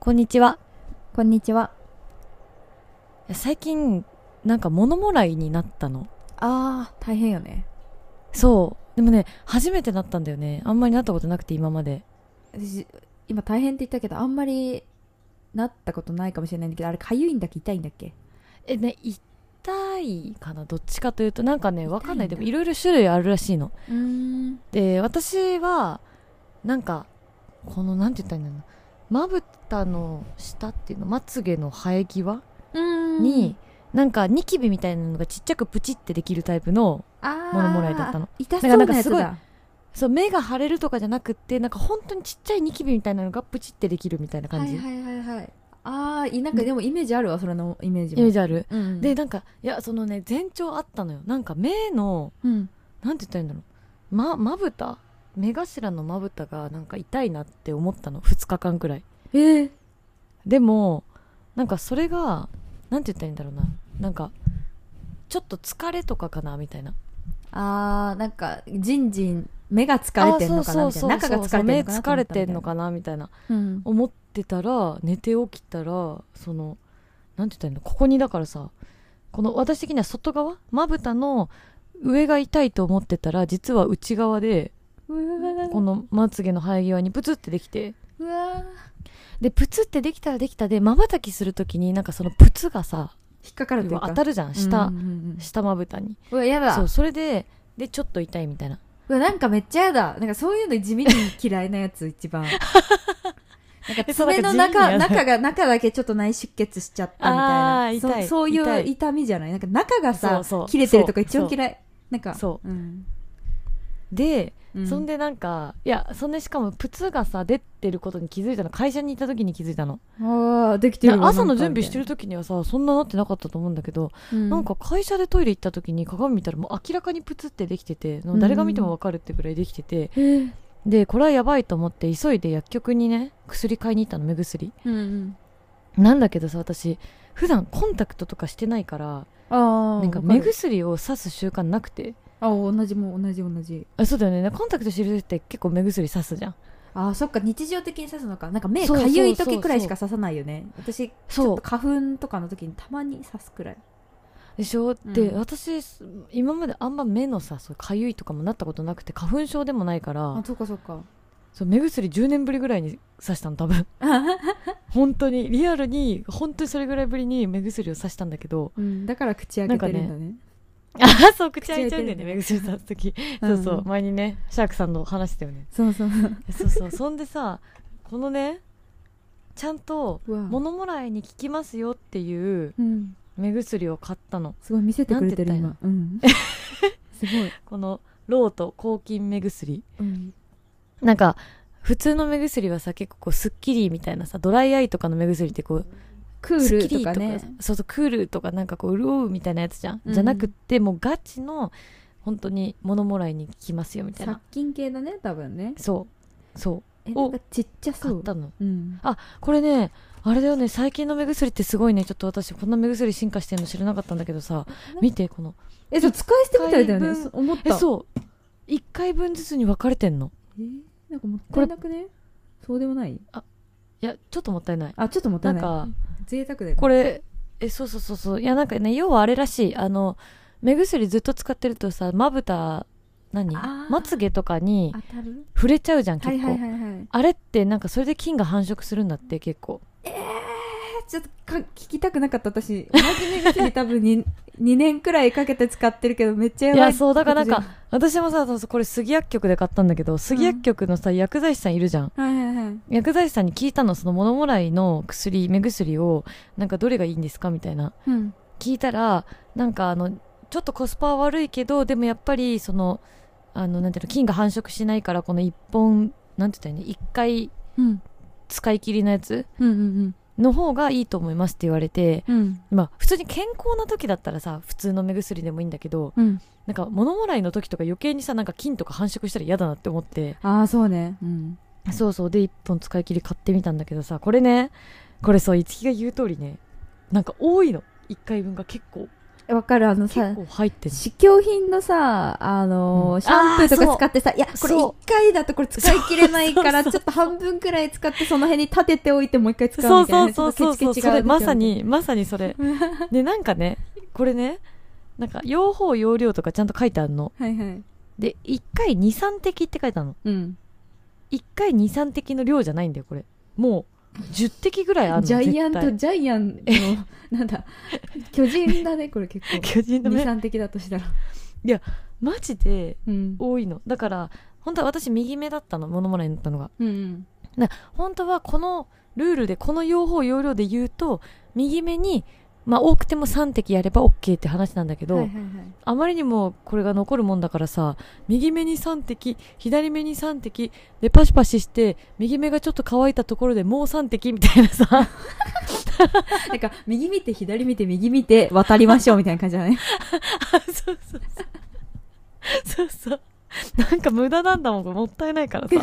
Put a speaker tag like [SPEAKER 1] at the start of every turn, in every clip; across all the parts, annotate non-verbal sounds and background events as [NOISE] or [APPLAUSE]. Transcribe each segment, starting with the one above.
[SPEAKER 1] こんにちは。
[SPEAKER 2] こんにちは。
[SPEAKER 1] 最近、なんか物もらいになったの。
[SPEAKER 2] ああ、大変よね。
[SPEAKER 1] そう。でもね、初めてなったんだよね。あんまりなったことなくて、今まで。
[SPEAKER 2] 私、今大変って言ったけど、あんまりなったことないかもしれないんだけど、あれ、かゆいんだっけ痛いんだっけ
[SPEAKER 1] え、ね、痛いかなどっちかというと、なんかね、わかんない。
[SPEAKER 2] 痛
[SPEAKER 1] で
[SPEAKER 2] い
[SPEAKER 1] も、
[SPEAKER 2] んだ
[SPEAKER 1] いろいろ種類あるらしいの。
[SPEAKER 2] うーん。
[SPEAKER 1] で、私は、なんか、この、なんて言ったらいいんだろうな。まぶたの下っていうの、まつげの生え際
[SPEAKER 2] うん
[SPEAKER 1] に、、なんかニキビみたいなのがちっちゃくプチってできるタイプの
[SPEAKER 2] ああ。
[SPEAKER 1] ものもらいだったの。
[SPEAKER 2] 痛そうなやつ
[SPEAKER 1] だから
[SPEAKER 2] だ。
[SPEAKER 1] そう目が腫れるとかじゃなくってなんか本当にちっちゃいニキビみたいなのがプチってできるみたいな感じ、
[SPEAKER 2] はいはいはいはい。ああ、いなんかでもイメージあるわ、それのイメージも。
[SPEAKER 1] イメージある、
[SPEAKER 2] うん。
[SPEAKER 1] で、なんかいやそのね前兆あったのよなんか目の
[SPEAKER 2] うん。
[SPEAKER 1] なんて言ったらいいんだろうままぶた目頭のまぶたがなんか痛いなって思ったの2日間くらい
[SPEAKER 2] えー、
[SPEAKER 1] でもなんかそれがなんて言ったらいいんだろうななんかちょっと疲れとかかなみたいな
[SPEAKER 2] ああ、なんか、じんじん、目が疲れてんのかなみたいな。中が疲れてんのかな
[SPEAKER 1] 目疲れてんの
[SPEAKER 2] な。
[SPEAKER 1] かなみたいな
[SPEAKER 2] うん。
[SPEAKER 1] 思ってたら寝て起きたらそのなんて言ったらいいのここにだからさこの私的には外側まぶたの上が痛いと思ってたら実は内側でこのまつげの生え際にプツってできて
[SPEAKER 2] うわー
[SPEAKER 1] でプツってできたらできたでまばたきするときになんかそのプツがさ
[SPEAKER 2] 引っかかるとい
[SPEAKER 1] 要
[SPEAKER 2] う
[SPEAKER 1] は
[SPEAKER 2] か。
[SPEAKER 1] 当た
[SPEAKER 2] る
[SPEAKER 1] るじゃん下、
[SPEAKER 2] うんうんうん
[SPEAKER 1] 下まぶたに
[SPEAKER 2] うわ、やだ。
[SPEAKER 1] そうそれででちょっと痛いみたいな
[SPEAKER 2] うわなんかめっちゃやだなんかそういうの地味に嫌いなやつ
[SPEAKER 1] [LAUGHS]
[SPEAKER 2] 一番なんか爪の
[SPEAKER 1] そうなんか地味に
[SPEAKER 2] 中
[SPEAKER 1] やだ
[SPEAKER 2] 中が中だけちょっと内出血しちゃったみ
[SPEAKER 1] あー
[SPEAKER 2] たいな
[SPEAKER 1] 痛い
[SPEAKER 2] そそう
[SPEAKER 1] 痛
[SPEAKER 2] いう
[SPEAKER 1] い
[SPEAKER 2] 痛みじゃないなんか中がさ
[SPEAKER 1] そうそう
[SPEAKER 2] 切れてるとか一
[SPEAKER 1] そ
[SPEAKER 2] 番
[SPEAKER 1] う
[SPEAKER 2] 嫌いなんか、
[SPEAKER 1] そう
[SPEAKER 2] ん
[SPEAKER 1] で
[SPEAKER 2] う
[SPEAKER 1] そんでなんかいやそんでしかもプツがさ出てることに気づいたの会社にいた時に気づいたの
[SPEAKER 2] あーできてるわ
[SPEAKER 1] 朝
[SPEAKER 2] な
[SPEAKER 1] の
[SPEAKER 2] んか
[SPEAKER 1] 準備してる時にはさそんななってなかったと思うんだけど、
[SPEAKER 2] う
[SPEAKER 1] なんか会社でトイレ行った時に鏡見たらもう明らかにプツってできてて誰が見てもわかるってぐらいできてて、
[SPEAKER 2] えー
[SPEAKER 1] でこれはやばいと思って急いで薬局にね薬買いに行ったの目薬
[SPEAKER 2] うんうん
[SPEAKER 1] なんだけどさ私普段コンタクトとかしてないから
[SPEAKER 2] あー
[SPEAKER 1] なんか
[SPEAKER 2] わる
[SPEAKER 1] 目薬をさす習慣なくて
[SPEAKER 2] あー同じもう同じ同じ
[SPEAKER 1] あそうだよねコンタクトしてる人って結構目薬さすじゃん
[SPEAKER 2] あーそっか日常的に刺すのかなんか目
[SPEAKER 1] そう
[SPEAKER 2] か
[SPEAKER 1] そうそう
[SPEAKER 2] ゆい時くらいしか刺さないよね私ち
[SPEAKER 1] そ
[SPEAKER 2] ょっ
[SPEAKER 1] う
[SPEAKER 2] と花粉とかの時にたまに刺すくらい
[SPEAKER 1] でしょで、
[SPEAKER 2] うん
[SPEAKER 1] 私今まであんま目のさそうかゆいとかもなったことなくて花粉症でもないから、
[SPEAKER 2] あそうかそうか
[SPEAKER 1] そう目薬10年ぶりぐらいに刺したの多分 [LAUGHS] 本当にリアルに本当にそれぐらいぶりに目薬を刺したんだけど
[SPEAKER 2] [LAUGHS] うん、だから口開けてるんだね。
[SPEAKER 1] [LAUGHS] あそう口開
[SPEAKER 2] 開
[SPEAKER 1] い
[SPEAKER 2] い
[SPEAKER 1] ち
[SPEAKER 2] ち
[SPEAKER 1] ゃ
[SPEAKER 2] ゃ
[SPEAKER 1] う
[SPEAKER 2] うんん
[SPEAKER 1] だよ
[SPEAKER 2] だよ
[SPEAKER 1] ね
[SPEAKER 2] ね
[SPEAKER 1] 目薬刺す時、
[SPEAKER 2] うん
[SPEAKER 1] [LAUGHS] そうそう前にねシャークさんの話したよね
[SPEAKER 2] そうそう。
[SPEAKER 1] [LAUGHS] そうそうそんでさこのねちゃんと
[SPEAKER 2] うわ
[SPEAKER 1] 物もらいに効きますよっていう
[SPEAKER 2] うん、
[SPEAKER 1] 目薬を買ったの
[SPEAKER 2] すごい見せてくれてる
[SPEAKER 1] なん
[SPEAKER 2] 今。うん。 [LAUGHS] すごい。
[SPEAKER 1] このローと抗菌目薬
[SPEAKER 2] うん。
[SPEAKER 1] なんか普通の目薬はさ結構こうスッキリみたいなさドライアイとかの目薬ってこう
[SPEAKER 2] ク
[SPEAKER 1] ス
[SPEAKER 2] ー
[SPEAKER 1] ッキ
[SPEAKER 2] ルと
[SPEAKER 1] リ
[SPEAKER 2] かね。
[SPEAKER 1] そうそうクールとかなんかこう潤うみたいなやつじゃん、
[SPEAKER 2] うん
[SPEAKER 1] じゃなくってもうガチの本当に物もらいに効きますよみたい
[SPEAKER 2] 殺
[SPEAKER 1] な
[SPEAKER 2] 菌系だね、多分ね。
[SPEAKER 1] そうそう
[SPEAKER 2] え、な
[SPEAKER 1] お
[SPEAKER 2] んかちっちゃ
[SPEAKER 1] 買
[SPEAKER 2] そ
[SPEAKER 1] っ
[SPEAKER 2] う。
[SPEAKER 1] たの
[SPEAKER 2] うん。
[SPEAKER 1] これねあれだよね最近の目薬ってすごいねちょっと私こんな目薬進化してるの知らなかったんだけどさ見てこの
[SPEAKER 2] え、そう、使い捨てみたいだよ
[SPEAKER 1] 一回
[SPEAKER 2] ね。
[SPEAKER 1] 分
[SPEAKER 2] そう思っ
[SPEAKER 1] え
[SPEAKER 2] た。う。
[SPEAKER 1] そう1回分ずつに分かれてんの
[SPEAKER 2] えーなんかもったいなくねそうでもない
[SPEAKER 1] いやちょっともったいない
[SPEAKER 2] あ、ちょっともった
[SPEAKER 1] ないん
[SPEAKER 2] な
[SPEAKER 1] か
[SPEAKER 2] い。贅沢だよね。
[SPEAKER 1] これえそうそうそうそういやなんかね要はあれらしいあの目薬ずっと使ってるとさまぶた何
[SPEAKER 2] あー
[SPEAKER 1] まつげとかに
[SPEAKER 2] 当たる
[SPEAKER 1] 触れちゃうじゃん結
[SPEAKER 2] は
[SPEAKER 1] 構、
[SPEAKER 2] いはいはいはい。
[SPEAKER 1] あれってなんかそれで菌が繁殖するんだって結構
[SPEAKER 2] えちょっとか聞きたくなかった私。同じ目薬多分に2年くらいかけて使ってるけど、めっちゃやばい。
[SPEAKER 1] いやそうだからなんか。私もさそうそうこれ杉薬局で買ったんだけど杉薬局のさ、薬剤師さんいるじゃん
[SPEAKER 2] はいはいはい。
[SPEAKER 1] 薬剤師さんに聞いたのその物もらいの薬目薬をなんかどれがいいんですかみたいな
[SPEAKER 2] うん。
[SPEAKER 1] 聞いたらなんかあのちょっとコスパは悪いけどでもやっぱりそのあのなんていうの菌が繁殖しないからこの1本なんて言ったらいいの一回
[SPEAKER 2] うん。
[SPEAKER 1] 使い切りのやつ
[SPEAKER 2] うんうん
[SPEAKER 1] の方がいいと思いますって言われて
[SPEAKER 2] うん。うん。
[SPEAKER 1] まあ普通に健康な時だったらさ普通の目薬でもいいんだけど
[SPEAKER 2] うん。
[SPEAKER 1] なんか物もらいの時とか余計にさなんか菌とか繁殖したら嫌だなって思って
[SPEAKER 2] ああ、そうね。うん。
[SPEAKER 1] そうそうで1本使い切り買ってみたんだけどさこれねこれそういつきが言う通りねなんか多いの1回分が結構
[SPEAKER 2] わかるあのさ
[SPEAKER 1] 結構入ってる
[SPEAKER 2] 試供品のさ、あのー
[SPEAKER 1] うん
[SPEAKER 2] シャンプーと
[SPEAKER 1] あーそ
[SPEAKER 2] か
[SPEAKER 1] う
[SPEAKER 2] 使ってさ、いや、これ
[SPEAKER 1] そう
[SPEAKER 2] 一回だとこれ使い切れないから、
[SPEAKER 1] そう
[SPEAKER 2] ちょっと半分くらい使って、その辺に立てておいてもう一回使
[SPEAKER 1] そう
[SPEAKER 2] み
[SPEAKER 1] う
[SPEAKER 2] たいな
[SPEAKER 1] そ
[SPEAKER 2] ね。
[SPEAKER 1] うそうそう
[SPEAKER 2] ち
[SPEAKER 1] そ
[SPEAKER 2] ょっと
[SPEAKER 1] う
[SPEAKER 2] ケチケチ
[SPEAKER 1] そ
[SPEAKER 2] があ
[SPEAKER 1] れ
[SPEAKER 2] る
[SPEAKER 1] まさにまさにそれ
[SPEAKER 2] うん。は
[SPEAKER 1] でなんかねこれねなんか用法用量とかちゃんと書いてあるの
[SPEAKER 2] いはい。
[SPEAKER 1] で1回23滴って書いてあるの
[SPEAKER 2] うん。
[SPEAKER 1] 1回23滴の量じゃないんだよこれもう10滴ぐらいあるの
[SPEAKER 2] ジャイアント、
[SPEAKER 1] 絶
[SPEAKER 2] ジャイアンの、なんだ、巨人だね、これ結
[SPEAKER 1] 対
[SPEAKER 2] 構。
[SPEAKER 1] 巨人の
[SPEAKER 2] 二
[SPEAKER 1] 目
[SPEAKER 2] 三的だとしたら。
[SPEAKER 1] マジで
[SPEAKER 2] うん。
[SPEAKER 1] 多いのだから本当は私右目だったのモノマネだったのが
[SPEAKER 2] うんうん。
[SPEAKER 1] 本当はこのルールでこの用法用量で言うと右目にまあ多くても3滴やれば OK って話なんだけど、
[SPEAKER 2] はいはいはい。
[SPEAKER 1] あまりにもこれが残るもんだからさ右目に3滴左目に3滴でパシパシして右目がちょっと乾いたところでもう3滴みたいなさ
[SPEAKER 2] なんか、右見て、左見て、右見て、渡りましょうみたいな感じだね。
[SPEAKER 1] そうそうそうそうそうなんか無駄なんだもんこれもったいないからさ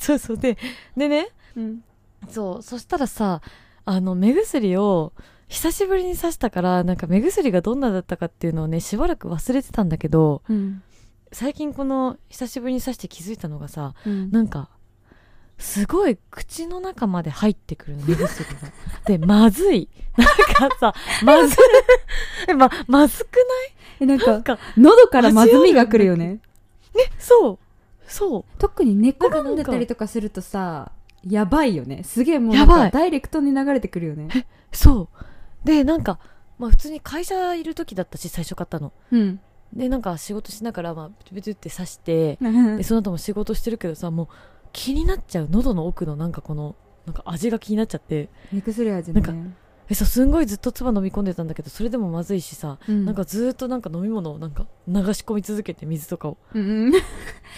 [SPEAKER 1] そうそうででね
[SPEAKER 2] うん。
[SPEAKER 1] そうそしたらさあの目薬を久しぶりに刺したからなんか目薬がどんなだったかっていうのをねしばらく忘れてたんだけど
[SPEAKER 2] うん。
[SPEAKER 1] 最近この久しぶりに刺して気づいたのがさ
[SPEAKER 2] うん。
[SPEAKER 1] なんか、すごい口の中まで入ってくるの、目薬が。で、まずい。なんかさ、まず、え、ま、まずく
[SPEAKER 2] え、なん
[SPEAKER 1] ないなん
[SPEAKER 2] か、
[SPEAKER 1] か、
[SPEAKER 2] 喉からまずみが来るよね。
[SPEAKER 1] そう、そう。
[SPEAKER 2] 特に寝転んでたりとかするとさやばいよねすげえもうなん
[SPEAKER 1] やば
[SPEAKER 2] か
[SPEAKER 1] い
[SPEAKER 2] ダイレクトに流れてくるよね
[SPEAKER 1] そう。で、なんか、まあ普通に会社いる時だったし、最初買ったの。
[SPEAKER 2] うん
[SPEAKER 1] で、なんか仕事しながら、まあ、ブチブチって刺して、
[SPEAKER 2] うん
[SPEAKER 1] で、その後も仕事してるけどさ、もう気になっちゃう。喉の奥のなんかこの、なんか味が気になっちゃって。
[SPEAKER 2] 目薬味ね
[SPEAKER 1] なえ、そう、すんごいずっと唾飲み込んでたんだけど、それでもまずいしさ、
[SPEAKER 2] な
[SPEAKER 1] なんかずーっとなんか飲み物をなんか流し込み続けて水とかを。
[SPEAKER 2] うんうん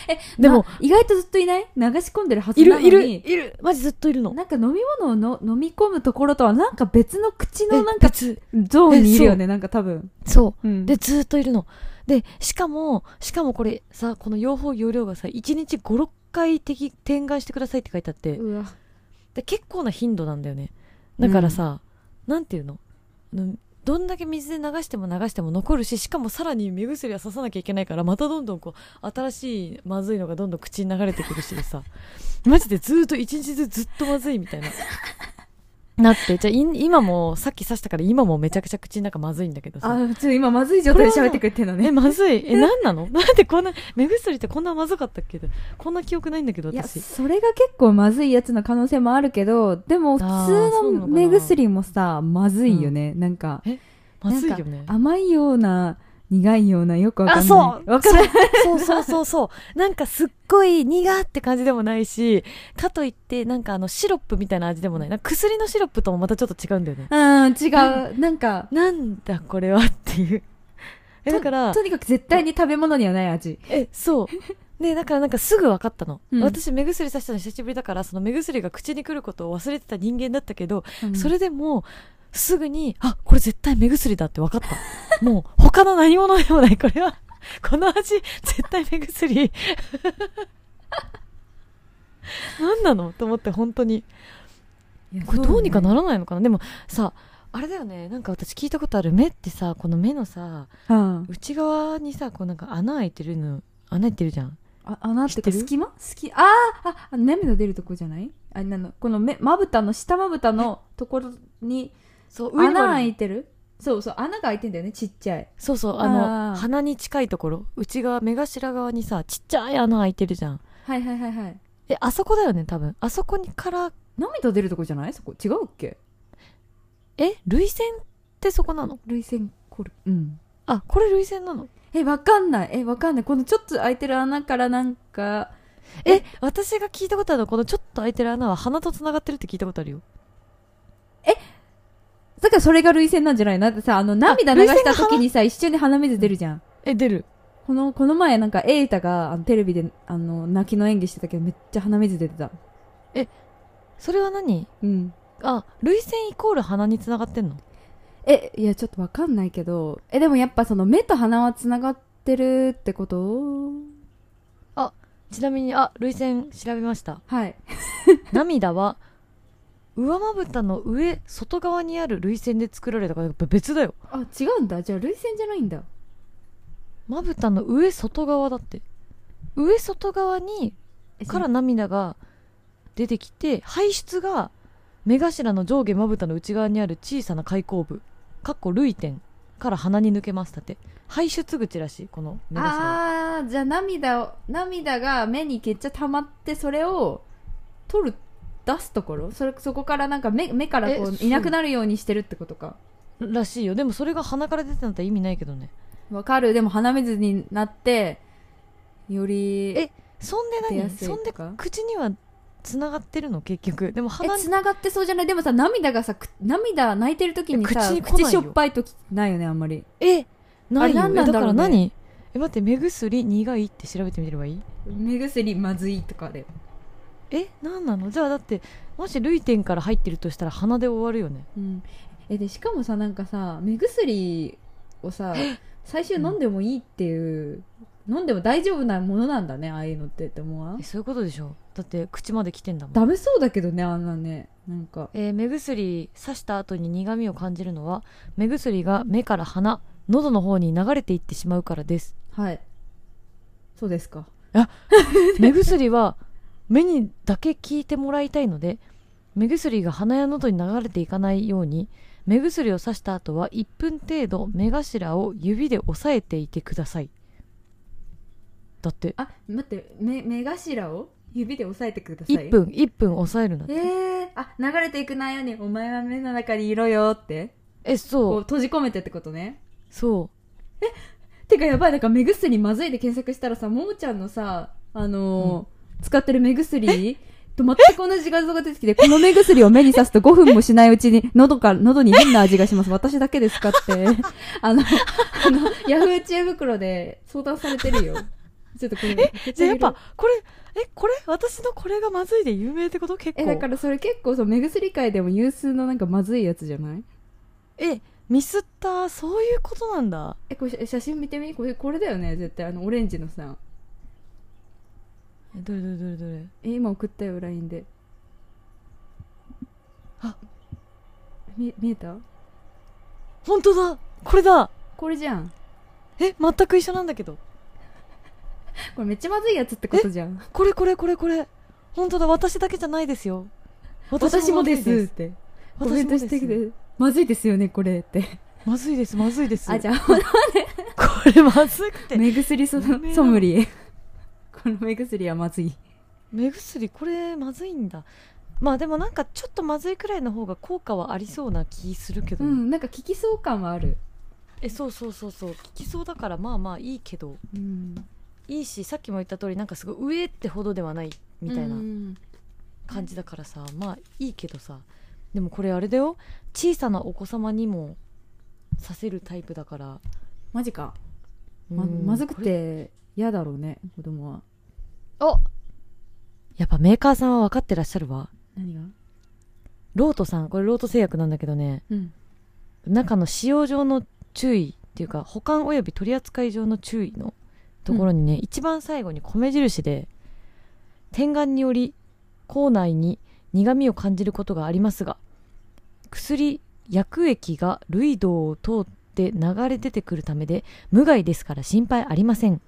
[SPEAKER 2] え
[SPEAKER 1] でも
[SPEAKER 2] な [LAUGHS] 意外とずっといない流し込んでるはず
[SPEAKER 1] い
[SPEAKER 2] なの
[SPEAKER 1] る
[SPEAKER 2] に
[SPEAKER 1] いるいるマジずっといるの。
[SPEAKER 2] なんか飲み物をの飲み込むところとはなんか別の口の
[SPEAKER 1] え
[SPEAKER 2] なんか
[SPEAKER 1] 別
[SPEAKER 2] ゾーンにいるよねなんか多分
[SPEAKER 1] そうう。
[SPEAKER 2] ん
[SPEAKER 1] で、ずーっといるの。で、しかも、しかもこれさ、この用法用量がさ、1日5、6回的転換してくださいって書いてあって、
[SPEAKER 2] うわ
[SPEAKER 1] で結構な頻度なんだよね。だからさ、なんていうのあのどんだけ水で流しても流しても残るし、しかもさらに目薬は刺さなきゃいけないから、またどんどんこう、新しいまずいのがどんどん口に流れてくるしで [LAUGHS] さ、マジでずーっと一日中ずっとまずいみたい [LAUGHS] な。なって、じゃあい今も、さっき刺したから今もめちゃくちゃ口の中まずいんだけど
[SPEAKER 2] あ
[SPEAKER 1] さ。
[SPEAKER 2] ーちょっと今まずい状態で喋ってくれてるの
[SPEAKER 1] え、
[SPEAKER 2] ね
[SPEAKER 1] まずい。え、なんなの [LAUGHS] なんでこんな、目薬ってこんなまずかったっけこんな記憶ないんだけど、
[SPEAKER 2] いや
[SPEAKER 1] 私。
[SPEAKER 2] それが結構まずいやつの可能性もあるけどでも普
[SPEAKER 1] あーそう
[SPEAKER 2] 通
[SPEAKER 1] なの
[SPEAKER 2] の
[SPEAKER 1] かな
[SPEAKER 2] 目薬もさまずいよね、なんか
[SPEAKER 1] まずいよね。
[SPEAKER 2] 甘いような苦いようなよくわかんない
[SPEAKER 1] あ、そう
[SPEAKER 2] わかんない
[SPEAKER 1] そうそうそうそう。なんかすっごい苦って感じでもないし、かといってなんかあのシロップみたいな味でもない。なんか薬のシロップともまたちょっと違うんだよね。
[SPEAKER 2] うん違うなんか
[SPEAKER 1] なんだこれはっていう。え、だから
[SPEAKER 2] と、とにかく絶対に食べ物にはない味
[SPEAKER 1] え、そう。ね、だからなんかすぐ分かったの。
[SPEAKER 2] うん
[SPEAKER 1] 私目薬さしたの久しぶりだから、その目薬が口に来ることを忘れてた人間だったけど、それでも、すぐに、あ、これ絶対目薬だって分かった。 [LAUGHS] もう、他の何物でもない、これは。 [LAUGHS] この味、絶対目薬。 [LAUGHS] 何なのと思って、本当に。
[SPEAKER 2] いや
[SPEAKER 1] これどうにか
[SPEAKER 2] そ
[SPEAKER 1] ならないのかな、でも、さ、あれだよね。なんか私聞いたことある。目ってさ、この目のさ、
[SPEAKER 2] だね
[SPEAKER 1] 内側にさ、こうなんか穴開いてるの、穴開いてるじゃん。
[SPEAKER 2] ああ穴って
[SPEAKER 1] 知って
[SPEAKER 2] か
[SPEAKER 1] る
[SPEAKER 2] 隙間隙あーああ涙出るとこじゃないあなのこの目まぶたの下まぶたのところに
[SPEAKER 1] そう、上にもあ
[SPEAKER 2] 穴
[SPEAKER 1] る
[SPEAKER 2] 開いてるそうそう穴が開いてんだよねちっちゃい
[SPEAKER 1] そうそう、あの、
[SPEAKER 2] あー
[SPEAKER 1] 鼻に近いところ、内側、目頭側にさ、ちっちゃい穴開いてるじゃん。
[SPEAKER 2] はいはいはいはい
[SPEAKER 1] え、あそこだよね、多分。あそこにから、
[SPEAKER 2] 涙出るとこじゃないそこ違うっけ
[SPEAKER 1] え、涙腺ってそこなの
[SPEAKER 2] 涙腺コルうん
[SPEAKER 1] あ、これ涙腺なの
[SPEAKER 2] えわかんないえわかんないこのちょっと開いてる穴からなんか
[SPEAKER 1] え、私が聞いたことあるの、このちょっと開いてる穴は鼻と繋がってるって聞いたことあるよ。
[SPEAKER 2] だからそれが涙腺なんじゃないのだってさ、あの、涙流した時にさ、一瞬で鼻水出るじゃん。
[SPEAKER 1] え、出る。
[SPEAKER 2] この、この前なんか、エイタが、あの、テレビで、あの、泣きの演技してたけど、めっちゃ鼻水出てた。
[SPEAKER 1] それは何
[SPEAKER 2] うん。
[SPEAKER 1] あ、涙腺イコール鼻に繋がってんの
[SPEAKER 2] え、いや、ちょっとわかんないけど、え、でもやっぱその、目と鼻は繋がってるってこと
[SPEAKER 1] ちなみに、あ、涙腺調べました。
[SPEAKER 2] はい。
[SPEAKER 1] 涙は、上まぶたの上外側にある涙腺で作られたからやっぱ別だよ
[SPEAKER 2] あ違うんだじゃあ涙腺じゃないんだ
[SPEAKER 1] まぶたの上外側だって上外側に
[SPEAKER 2] え
[SPEAKER 1] から涙が出てきて排出が目頭の上下まぶたの内側にある小さな開口部かっこ涙点から鼻に抜けますだって排出口らしいこの目頭は
[SPEAKER 2] あーじゃあ涙を涙が目にめっちゃ溜まってそれを取る出すところそれそこからなんか目目からこ
[SPEAKER 1] え
[SPEAKER 2] う
[SPEAKER 1] そう
[SPEAKER 2] いなくなるようにしてるってことから
[SPEAKER 1] しいよでもそれが鼻から出てたんだったら意味ないけどね
[SPEAKER 2] わかるでも鼻水になってより
[SPEAKER 1] えそんで
[SPEAKER 2] 出や
[SPEAKER 1] 何
[SPEAKER 2] すい
[SPEAKER 1] そん
[SPEAKER 2] と
[SPEAKER 1] で
[SPEAKER 2] か
[SPEAKER 1] 口にはつながってるの結局でも
[SPEAKER 2] え
[SPEAKER 1] 鼻に
[SPEAKER 2] つながってそうじゃないでもさ涙がさく涙泣いてる時にさ
[SPEAKER 1] 口に
[SPEAKER 2] 口
[SPEAKER 1] 来ないよ
[SPEAKER 2] しょっぱい時ないよねあんまり
[SPEAKER 1] えないよ
[SPEAKER 2] あれ何な
[SPEAKER 1] え
[SPEAKER 2] んだ
[SPEAKER 1] だか
[SPEAKER 2] ろうね
[SPEAKER 1] ら何え待って目薬苦いって調べてみればいい
[SPEAKER 2] 目薬まずいとかで
[SPEAKER 1] え何なのじゃあだってもし涙点から入ってるとしたら鼻で終わるよね
[SPEAKER 2] うん、えでしかもさなんかさ目薬をさ最終飲んでもいいっていう、飲んでも大丈夫なものなんだねああいうのってって思わん
[SPEAKER 1] えそういうことでしょだって口まで来てんだもん
[SPEAKER 2] ダメそうだけどねあんなねなんか
[SPEAKER 1] えー目薬刺した後に苦味を感じるのは目薬が目から鼻喉の方に流れていってしまうからです [LAUGHS]
[SPEAKER 2] はいそうですか
[SPEAKER 1] 目薬は目にだけ効いてもらいたいので目薬が鼻や喉に流れていかないように目薬を刺した後は1分程度目頭を指で押さえていてくださいだって
[SPEAKER 2] あ待って目目頭を指で押さえてください
[SPEAKER 1] 1分1分押さえるな
[SPEAKER 2] えー、あ流れていくなようにお前は目の中にいろよって
[SPEAKER 1] え
[SPEAKER 2] こ
[SPEAKER 1] そうう
[SPEAKER 2] 閉じ込めてってことね
[SPEAKER 1] そう
[SPEAKER 2] てかやばいだから目薬まずいで検索したらさももちゃんのさあのー使ってる目薬と全く同じ画像が出てきてこの目薬を目に刺すと5分もしないうちに喉から喉に変な味がします私だけですかって [LAUGHS] あのあのヤフー知恵袋で相談されてるよちょっとこれ
[SPEAKER 1] [LAUGHS] じゃあやっぱこれえこれ私のこれがまずいで有名ってこと結構
[SPEAKER 2] えだからそれ結構その目薬界でも有数のなんかまずいやつじゃない
[SPEAKER 1] えミスったそういうことなんだ
[SPEAKER 2] えこれ写写真見てみこれこれだよね絶対あのオレンジの
[SPEAKER 1] え
[SPEAKER 2] さ
[SPEAKER 1] どれどれどれどれ
[SPEAKER 2] え今送ったよ LINE で
[SPEAKER 1] あ
[SPEAKER 2] み見えた
[SPEAKER 1] 本当だこれだ
[SPEAKER 2] これじゃん
[SPEAKER 1] え全く一緒なんだけど
[SPEAKER 2] これめっちゃまずいやつってことじゃん
[SPEAKER 1] これこれこれこれ本当だ私だけじゃないですよ
[SPEAKER 2] 私もです
[SPEAKER 1] まずい
[SPEAKER 2] ってコメ
[SPEAKER 1] 私
[SPEAKER 2] ン
[SPEAKER 1] も
[SPEAKER 2] ト
[SPEAKER 1] で
[SPEAKER 2] し
[SPEAKER 1] す
[SPEAKER 2] てきてまずいですよねこれって
[SPEAKER 1] まずいですまずいです
[SPEAKER 2] あじゃ [LAUGHS] あ
[SPEAKER 1] これまずくて
[SPEAKER 2] 目薬ソ
[SPEAKER 1] 有名な
[SPEAKER 2] ソムリエこの目薬はまずい
[SPEAKER 1] 目薬これまずいんだまあでもなんかちょっとまずいくらいの方が効果はありそうな気するけ
[SPEAKER 2] う
[SPEAKER 1] どね、
[SPEAKER 2] んなんか効きそう感はある
[SPEAKER 1] えそうそうそうそう効きそうだからまあまあいいけど
[SPEAKER 2] うん
[SPEAKER 1] いいしさっきも言った通りなんかすごい上ってほどではないみたいな
[SPEAKER 2] うん
[SPEAKER 1] 感じだからさ、まあいいけどさでもこれあれだよ小さなお子様にもさせるタイプだから、
[SPEAKER 2] マジかま
[SPEAKER 1] うん
[SPEAKER 2] まずく
[SPEAKER 1] これ
[SPEAKER 2] て嫌だろうね子供は
[SPEAKER 1] あやっぱメーカーさんは分かってらっしゃるわ
[SPEAKER 2] 何が
[SPEAKER 1] ロートさんこれロート製薬なんだけどね
[SPEAKER 2] うん
[SPEAKER 1] 中の使用上の注意っていうか保管及び取り扱い上の注意のところにね、一番最後に米印で点眼により口内に苦味を感じることがありますが薬薬液が涙道を通って流れ出てくるためで無害ですから心配ありません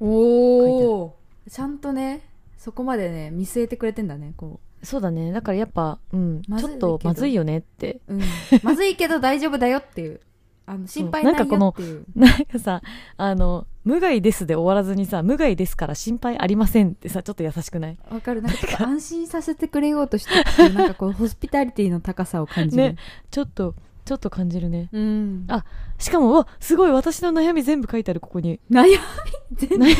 [SPEAKER 2] おおちゃんとねそこまでね見据えてくれてんだねこ
[SPEAKER 1] そうだねだからやっぱ、うん、
[SPEAKER 2] ま
[SPEAKER 1] ち
[SPEAKER 2] ず
[SPEAKER 1] ょ
[SPEAKER 2] い
[SPEAKER 1] っとまずいよねって [LAUGHS]
[SPEAKER 2] う、うん、まずいけど大丈夫だよっていうあの心配ないよ
[SPEAKER 1] なんかこの
[SPEAKER 2] っていう
[SPEAKER 1] なんかさあの無害ですで終わらずにさ無害ですから心配ありませんってさちょっと優しくない
[SPEAKER 2] わかるなんかちょっと安心させてくれようとしてっていうなんかこうホスピタリティの高さを感じる、
[SPEAKER 1] ねちょっとちょっと感じるね
[SPEAKER 2] うん、
[SPEAKER 1] あしかもうわすごい私の悩み全部書いてあるここに [LAUGHS]
[SPEAKER 2] 悩み全然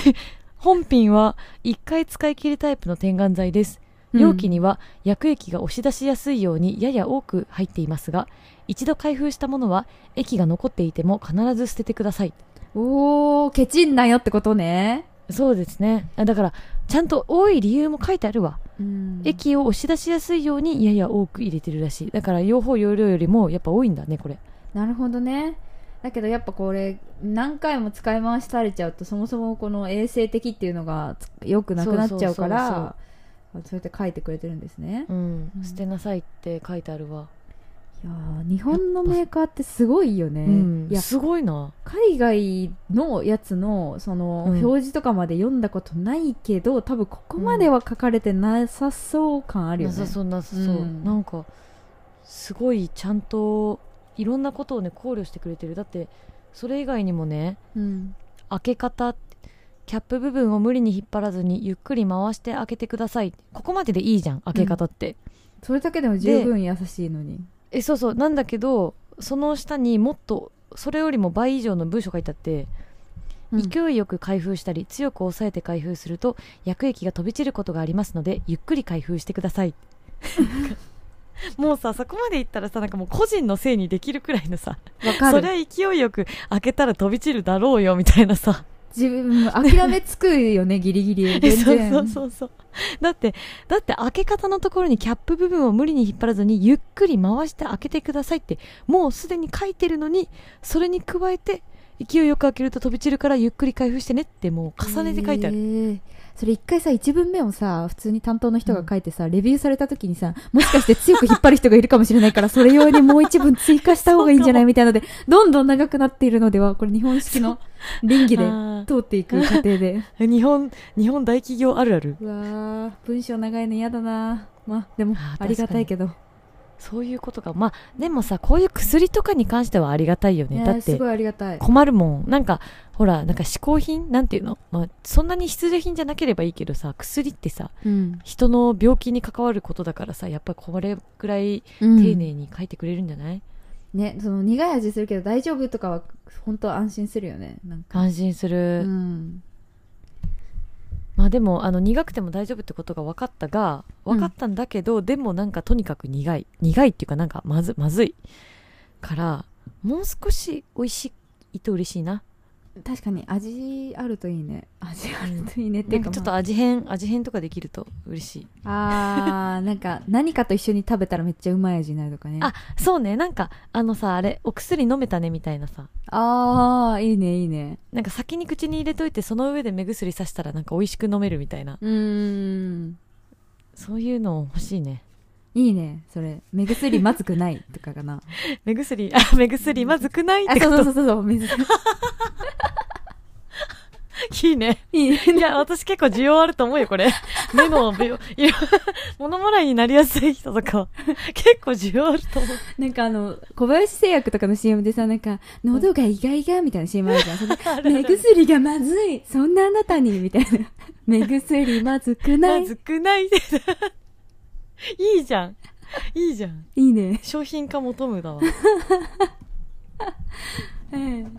[SPEAKER 1] 本品は1回使い切りタイプの点眼剤です容器、には薬液が押し出しやすいようにやや多く入っていますが一度開封したものは液が残っていても必ず捨ててください
[SPEAKER 2] うんおーケチんなよってことね、
[SPEAKER 1] そうですねあだからちゃんと多い理由も書いてあるわ
[SPEAKER 2] うん
[SPEAKER 1] 液を押し出しやすいようにやや多く入れてるらしいだから両方容量よりもやっぱ多いんだねこれ
[SPEAKER 2] なるほどねだけどやっぱこれ何回も使い回しされちゃうとそもそもこの衛生的っていうのがつ良くなくなっちゃうか
[SPEAKER 1] そうそうそう
[SPEAKER 2] らあそうやって書いてくれてるんですね。
[SPEAKER 1] うん
[SPEAKER 2] うん
[SPEAKER 1] 捨てなさいって書いてあるわ、
[SPEAKER 2] いやー日本のメーカーってすごいよね。
[SPEAKER 1] うん
[SPEAKER 2] いや
[SPEAKER 1] すごいな
[SPEAKER 2] 海外のやつのその
[SPEAKER 1] うん
[SPEAKER 2] 表示とかまで読んだことないけど、多分ここまでは書かれてなさそう感あるよ
[SPEAKER 1] なさ
[SPEAKER 2] ね。
[SPEAKER 1] そうなさそう、
[SPEAKER 2] うん
[SPEAKER 1] なんかすごいちゃんといろんなことをね考慮してくれてるだってそれ以外にもね
[SPEAKER 2] うん
[SPEAKER 1] 開け方キャップ部分を無理に引っ張らずにゆっくり回して開けてくださいここまででいいじゃん開け方って、
[SPEAKER 2] それだけでも十分優しいのに。
[SPEAKER 1] えそうそうなんだけどその下にもっとそれよりも倍以上の文章書いてあって、
[SPEAKER 2] うん
[SPEAKER 1] 勢いよく開封したり強く押さえて開封すると薬液が飛び散ることがありますのでゆっくり開封してください [LAUGHS] もうさそこまでいったらさなんかもう個人のせいにできるくらいのさ
[SPEAKER 2] わか
[SPEAKER 1] そり
[SPEAKER 2] る。
[SPEAKER 1] ゃ勢いよく開けたら飛び散るだろうよみたいなさ
[SPEAKER 2] 自分、諦めつくよね、ギリ
[SPEAKER 1] [LAUGHS]
[SPEAKER 2] ギリ。全
[SPEAKER 1] そう
[SPEAKER 2] 然。
[SPEAKER 1] そうそうそうだってだって開け方のところにキャップ部分を無理に引っ張らずにゆっくり回して開けてくださいってもうすでに書いてるのにそれに加えて勢いよく開けると飛び散るからゆっくり開封してねってもう重ねて書いてあ
[SPEAKER 2] へ
[SPEAKER 1] る、
[SPEAKER 2] ーそれ一回さ一文目をさ普通に担当の人が書いてさ、レビューされた時にさもしかして強く引っ張る人がいるかもしれないからそれ用にもう一文追加した方がいい
[SPEAKER 1] [LAUGHS]
[SPEAKER 2] んじゃないみたいのでどんどん長くなっているのではこれ日本式の倫理で
[SPEAKER 1] あ
[SPEAKER 2] 通っていく過程で
[SPEAKER 1] ー日本日本大企業あるある
[SPEAKER 2] [LAUGHS] うわー文章長いの嫌だなまあでも
[SPEAKER 1] あー
[SPEAKER 2] ありがたいけど
[SPEAKER 1] そういうことかまあでもさこういう薬とかに関してはありがたいよ
[SPEAKER 2] い
[SPEAKER 1] ね
[SPEAKER 2] や
[SPEAKER 1] だ
[SPEAKER 2] ー
[SPEAKER 1] っ
[SPEAKER 2] す
[SPEAKER 1] て
[SPEAKER 2] ごいありがたい
[SPEAKER 1] 困るもんなんかほらなんか嗜好品なんていうの、まあ、そんなに必需品じゃなければいいけどさ薬ってさ
[SPEAKER 2] うん
[SPEAKER 1] 人の病気に関わることだからさやっぱこれぐらい丁寧に書いてくれるんじゃない、
[SPEAKER 2] ねその苦い味するけど大丈夫とかは本当安心するよねなんか
[SPEAKER 1] 安心する、
[SPEAKER 2] うん
[SPEAKER 1] まあでもあの苦くても大丈夫ってことが分かったが分かったんだけど、でもなんかとにかく苦い苦いっていうかなんかまずまずいからもう少し美味しいと嬉しいな
[SPEAKER 2] 確かに味あるといいね味あ
[SPEAKER 1] る
[SPEAKER 2] るといいねって
[SPEAKER 1] ないん
[SPEAKER 2] う
[SPEAKER 1] か
[SPEAKER 2] か
[SPEAKER 1] ちょっと
[SPEAKER 2] ま
[SPEAKER 1] 味変味変とかできると嬉しい
[SPEAKER 2] ああーなんか何かと一緒に食べたらめっちゃうまい味になるとかね
[SPEAKER 1] あそうねなんかあのさあれお薬飲めたねみたいなさ
[SPEAKER 2] あーいいねいいね
[SPEAKER 1] なんか先に口に入れといてその上で目薬さしたらなんか美味しく飲めるみたいな
[SPEAKER 2] うーん
[SPEAKER 1] そういうの欲しいね
[SPEAKER 2] いいねそれ目薬まずくないとかか
[SPEAKER 1] [LAUGHS]
[SPEAKER 2] な
[SPEAKER 1] 目薬あ目薬まずくないっ
[SPEAKER 2] あ
[SPEAKER 1] てこ
[SPEAKER 2] そう
[SPEAKER 1] と
[SPEAKER 2] そうそうそうそう水
[SPEAKER 1] いいね
[SPEAKER 2] いいね
[SPEAKER 1] いや私結構需要あると思うよこ
[SPEAKER 2] [LAUGHS]
[SPEAKER 1] れ目の病いや物もらいになりやすい人とか結構需要あると思う
[SPEAKER 2] なんかあの小林製薬とかの CM でさなんか喉がイガイガみたいな CM あるじゃんそれで
[SPEAKER 1] [LAUGHS] あるあ
[SPEAKER 2] 目
[SPEAKER 1] る
[SPEAKER 2] 薬がまずいそんなあなたにみたいな
[SPEAKER 1] [LAUGHS]
[SPEAKER 2] 目薬まずくな
[SPEAKER 1] ま
[SPEAKER 2] い
[SPEAKER 1] ずくない [LAUGHS] いいじゃんいいじゃん
[SPEAKER 2] いいね、
[SPEAKER 1] 商品化求むだわ
[SPEAKER 2] うん